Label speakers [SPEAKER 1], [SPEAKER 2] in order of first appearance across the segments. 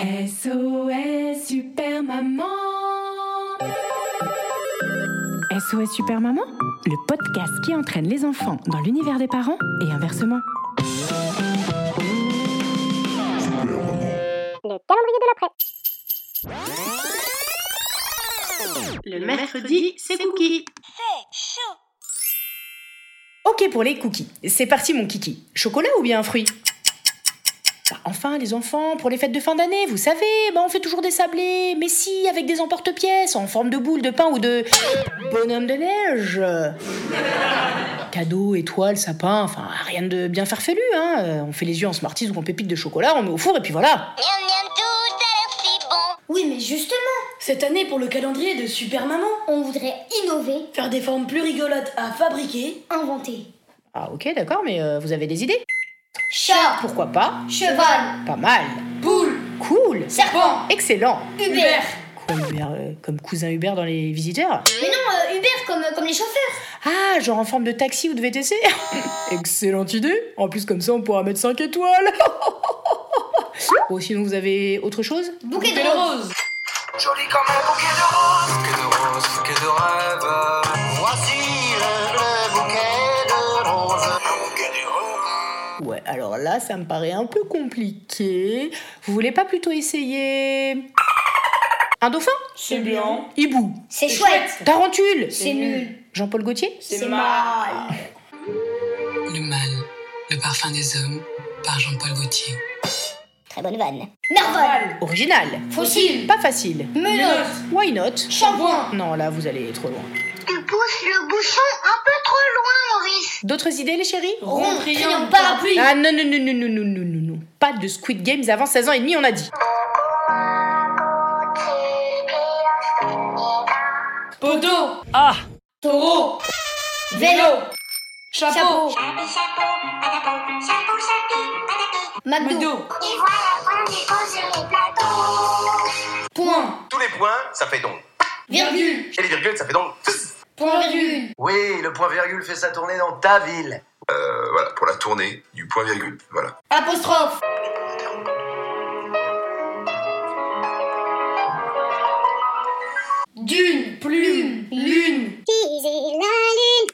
[SPEAKER 1] SOS Super Maman SOS Super Maman, le podcast qui entraîne les enfants dans l'univers des parents et inversement.
[SPEAKER 2] Le calendrier de l'après.
[SPEAKER 3] Le mercredi, c'est cookie.
[SPEAKER 4] Ok pour les cookies. C'est parti mon kiki. Chocolat ou bien un fruit Bah, Enfin les enfants, pour les fêtes de fin d'année, vous savez, bah, on fait toujours des sablés, mais si, avec des emporte-pièces, en forme de boule, de pain ou de... Bonhomme de neige Cadeau, étoile, sapin, enfin rien de bien farfelu, hein. Euh, On fait les yeux en smarties ou en pépites de chocolat, on met au four et puis voilà.
[SPEAKER 2] Miam miam, tout a l'air si bon.
[SPEAKER 5] Oui, mais justement, cette année pour le calendrier de Super Maman,
[SPEAKER 2] On voudrait innover,
[SPEAKER 5] faire des formes plus rigolotes à fabriquer.
[SPEAKER 2] inventer.
[SPEAKER 4] Ah ok, d'accord, mais euh, vous avez des idées
[SPEAKER 2] Chat,
[SPEAKER 4] Pourquoi pas
[SPEAKER 2] cheval,
[SPEAKER 4] Pas mal.
[SPEAKER 5] Poule,
[SPEAKER 4] Cool
[SPEAKER 2] serpent,
[SPEAKER 4] Excellent
[SPEAKER 2] Hubert.
[SPEAKER 4] Quoi, Hubert, euh, Comme cousin Hubert dans les visiteurs
[SPEAKER 2] Mais non, euh, Hubert comme, comme les chauffeurs.
[SPEAKER 4] Ah, genre en forme de taxi ou de VTC Excellente idée En plus, comme ça, on pourra mettre 5 étoiles Bon, sinon, vous avez autre chose
[SPEAKER 2] Bouquet de roses.
[SPEAKER 6] Joli comme un bouquet de roses, bouquet de roses, bouquet de rêve. Voici le, le bouquet de roses. Le bouquet de roses.
[SPEAKER 4] Ouais, alors là, ça me paraît un peu compliqué. Vous voulez pas plutôt essayer... Un dauphin
[SPEAKER 5] c'est blanc,
[SPEAKER 4] Hibou
[SPEAKER 2] C'est chouette,
[SPEAKER 4] Tarentule
[SPEAKER 2] c'est nul,
[SPEAKER 4] Jean-Paul Gaultier
[SPEAKER 2] c'est mal.
[SPEAKER 7] Le mal, le parfum des hommes, par Jean-Paul Gaultier.
[SPEAKER 2] Très bonne vanne. Narval,
[SPEAKER 4] Original
[SPEAKER 2] Fossile.
[SPEAKER 4] Pas facile
[SPEAKER 2] menottes,
[SPEAKER 4] Why not
[SPEAKER 2] shampoing.
[SPEAKER 4] Non, là, vous allez trop loin.
[SPEAKER 2] Tu pousses le bouchon un peu trop loin, Maurice.
[SPEAKER 4] D'autres idées, les chéris
[SPEAKER 2] Rond, triangle, parapluie.
[SPEAKER 4] Ah non, non, non, non, non, non, non, non, non. Pas de Squid Games avant 16 ans et demi, on a dit.
[SPEAKER 5] poteau,
[SPEAKER 4] Ah
[SPEAKER 5] taureau,
[SPEAKER 2] Vélo,
[SPEAKER 5] chapeau,
[SPEAKER 2] McDo,
[SPEAKER 5] McDo,
[SPEAKER 2] Et voilà la fin du pot sur les plateaux.
[SPEAKER 5] point,
[SPEAKER 6] Tous les points, ça fait donc.
[SPEAKER 2] Virgule,
[SPEAKER 6] Et les virgules, ça fait donc. Fss.
[SPEAKER 5] point virgule,
[SPEAKER 6] Oui, le point virgule fait sa tournée dans ta ville. Euh, voilà, pour la tournée du point virgule, voilà.
[SPEAKER 2] apostrophe,
[SPEAKER 5] dune, plume, lune,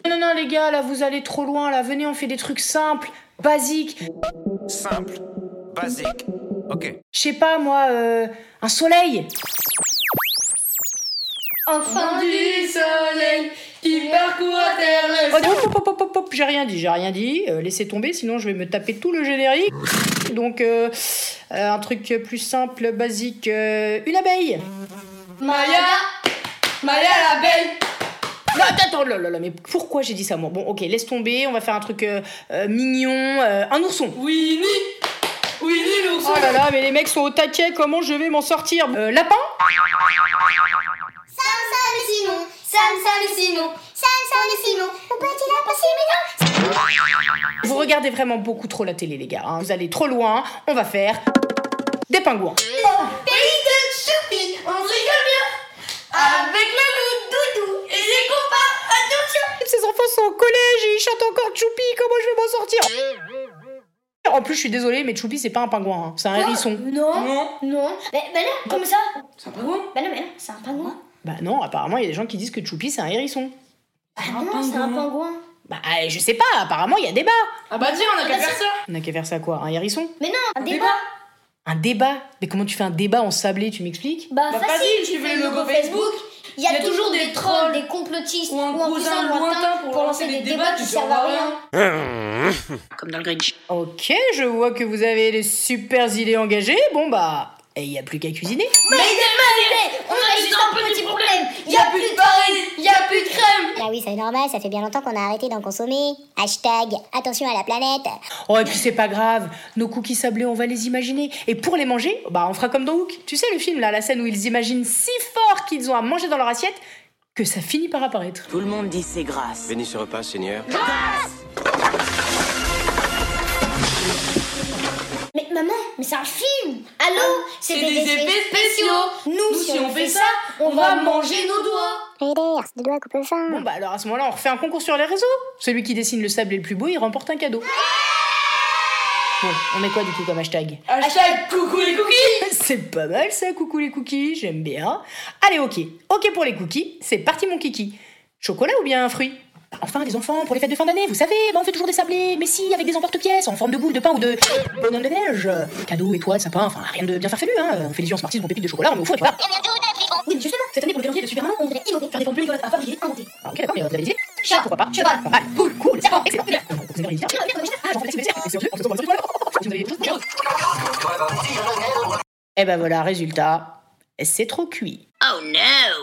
[SPEAKER 4] Non, non, non, les gars, là, vous allez trop loin, là. Venez, on fait des trucs simples, basiques.
[SPEAKER 6] Simple, basique. Ok.
[SPEAKER 4] Je sais pas, moi, euh, un soleil.
[SPEAKER 2] enfin
[SPEAKER 5] fin du soleil qui parcourt à terre le
[SPEAKER 4] Oh, hop, hop, hop, hop, hop, j'ai rien dit, j'ai rien dit. Euh, laissez tomber, sinon je vais me taper tout le générique. Donc, euh, euh, un truc plus simple, basique, euh, une abeille.
[SPEAKER 5] Maya, Maya l'abeille,
[SPEAKER 4] Non, attends, attends, là, là, là, mais pourquoi j'ai dit ça, moi Bon, ok, laisse tomber, on va faire un truc euh, euh, mignon, euh, un ourson.
[SPEAKER 5] Winnie, Winnie l'ourson,
[SPEAKER 4] Oh là là, mais les mecs sont au taquet, comment je vais m'en sortir Euh, Lapin
[SPEAKER 2] Sam Sam et Simon, Sam Sam et Simon, Sam Sam et Simon, on peut il a passé maintenant
[SPEAKER 4] Vous regardez vraiment beaucoup trop la télé, les gars. hein. Vous allez trop loin. On va faire des pingouins.
[SPEAKER 5] pays de Choupi, on rigole bien, avec le loup doudou et les copains, attention
[SPEAKER 4] Ces enfants sont au collège et ils chantent encore Choupi. Comment je vais m'en sortir En plus, je suis désolée, mais Choupi, c'est pas un pingouin. hein. C'est un hérisson.
[SPEAKER 2] Non,
[SPEAKER 5] Non,
[SPEAKER 2] non, mais bah non, comme ça
[SPEAKER 5] c'est un pingouin,
[SPEAKER 2] Bah non, mais non, c'est un pingouin.
[SPEAKER 4] Bah non, apparemment, il y a des gens qui disent que Choupi, c'est un hérisson.
[SPEAKER 2] Bah non, c'est un pingouin.
[SPEAKER 4] Bah, euh, je sais pas, apparemment, il y a débat.
[SPEAKER 5] ah bah tiens, on a qu'à faire ça,
[SPEAKER 4] On a qu'à faire ça, quoi Un hérisson
[SPEAKER 2] Mais non, un débat.
[SPEAKER 4] Un débat Mais comment tu fais un débat en sablé, tu m'expliques
[SPEAKER 2] Bah,
[SPEAKER 5] Bah,
[SPEAKER 2] facile,
[SPEAKER 5] facile,
[SPEAKER 2] tu
[SPEAKER 5] tu
[SPEAKER 2] fais
[SPEAKER 5] fais le logo Facebook,
[SPEAKER 2] Il y a toujours des trolls, des complotistes
[SPEAKER 5] ou un cousin lointain pour lancer des débats qui servent à rien.
[SPEAKER 3] Comme dans le Grinch.
[SPEAKER 4] Ok, je vois que vous eh, avez des super idées engagées. Bon, bah, et il y a plus qu'à cuisiner.
[SPEAKER 2] Mais demain, on va a juste un petit problème. Y a plus de farine, y a plus de crème.
[SPEAKER 8] Bah oui, c'est normal, ça fait bien longtemps qu'on a arrêté d'en consommer. Hashtag attention à la planète.
[SPEAKER 4] Oh, et puis c'est pas grave, nos cookies sablés, on va les imaginer. Et pour les manger, bah on fera comme dans Hook. Tu sais le film là, la scène où ils imaginent si fort qu'ils ont à manger dans leur assiette que ça finit par apparaître.
[SPEAKER 9] Tout le monde dit c'est grâce.
[SPEAKER 10] Bénis ce repas, Seigneur.
[SPEAKER 2] Mais maman, mais c'est un film. Allô,
[SPEAKER 5] C'est des effets spéciaux. Nous, si on fait ça, on va manger nos doigts.
[SPEAKER 8] Raiders, des doigts coupe fin.
[SPEAKER 4] Bon bah alors à ce moment-là, on refait un concours sur les réseaux. Celui qui dessine le sable le plus beau, il remporte un cadeau. Bon, on met quoi du coup comme hashtag
[SPEAKER 5] Hashtag coucou les cookies.
[SPEAKER 4] C'est pas mal ça, coucou les cookies, j'aime bien. Allez, ok, ok pour les cookies, c'est parti mon kiki. Chocolat ou bien un fruit Enfin, les enfants, pour les fêtes de fin d'année, vous savez, bah, on fait toujours des sablés, mais si, avec des emporte-pièces, en forme de boule de pain ou de bonhomme de neige. Cadeaux, étoiles, sapin, enfin, rien de bien farfelu, hein. On fait les gens Smarties, on pépites de chocolat, on met au four et puis voilà.
[SPEAKER 2] Oui, mais justement, cette année pour le calendrier de Superman, on voudrait innover, faire des formules rigolotes à fabriquer, inventer.
[SPEAKER 4] Ah, ok, d'accord, mais euh, vous avez des idées
[SPEAKER 2] Chat,
[SPEAKER 4] pourquoi pas
[SPEAKER 2] cheval,
[SPEAKER 4] Pas mal. Cool, cool, serpent, excellent. Vous avez rien à dire Ah, j'en fais l'expérience, c'est sûr, on se retrouve dans le truc, voilà. Si vous avez des choses, Eh ben voilà, résultat, c'est trop cuit.
[SPEAKER 3] Oh no!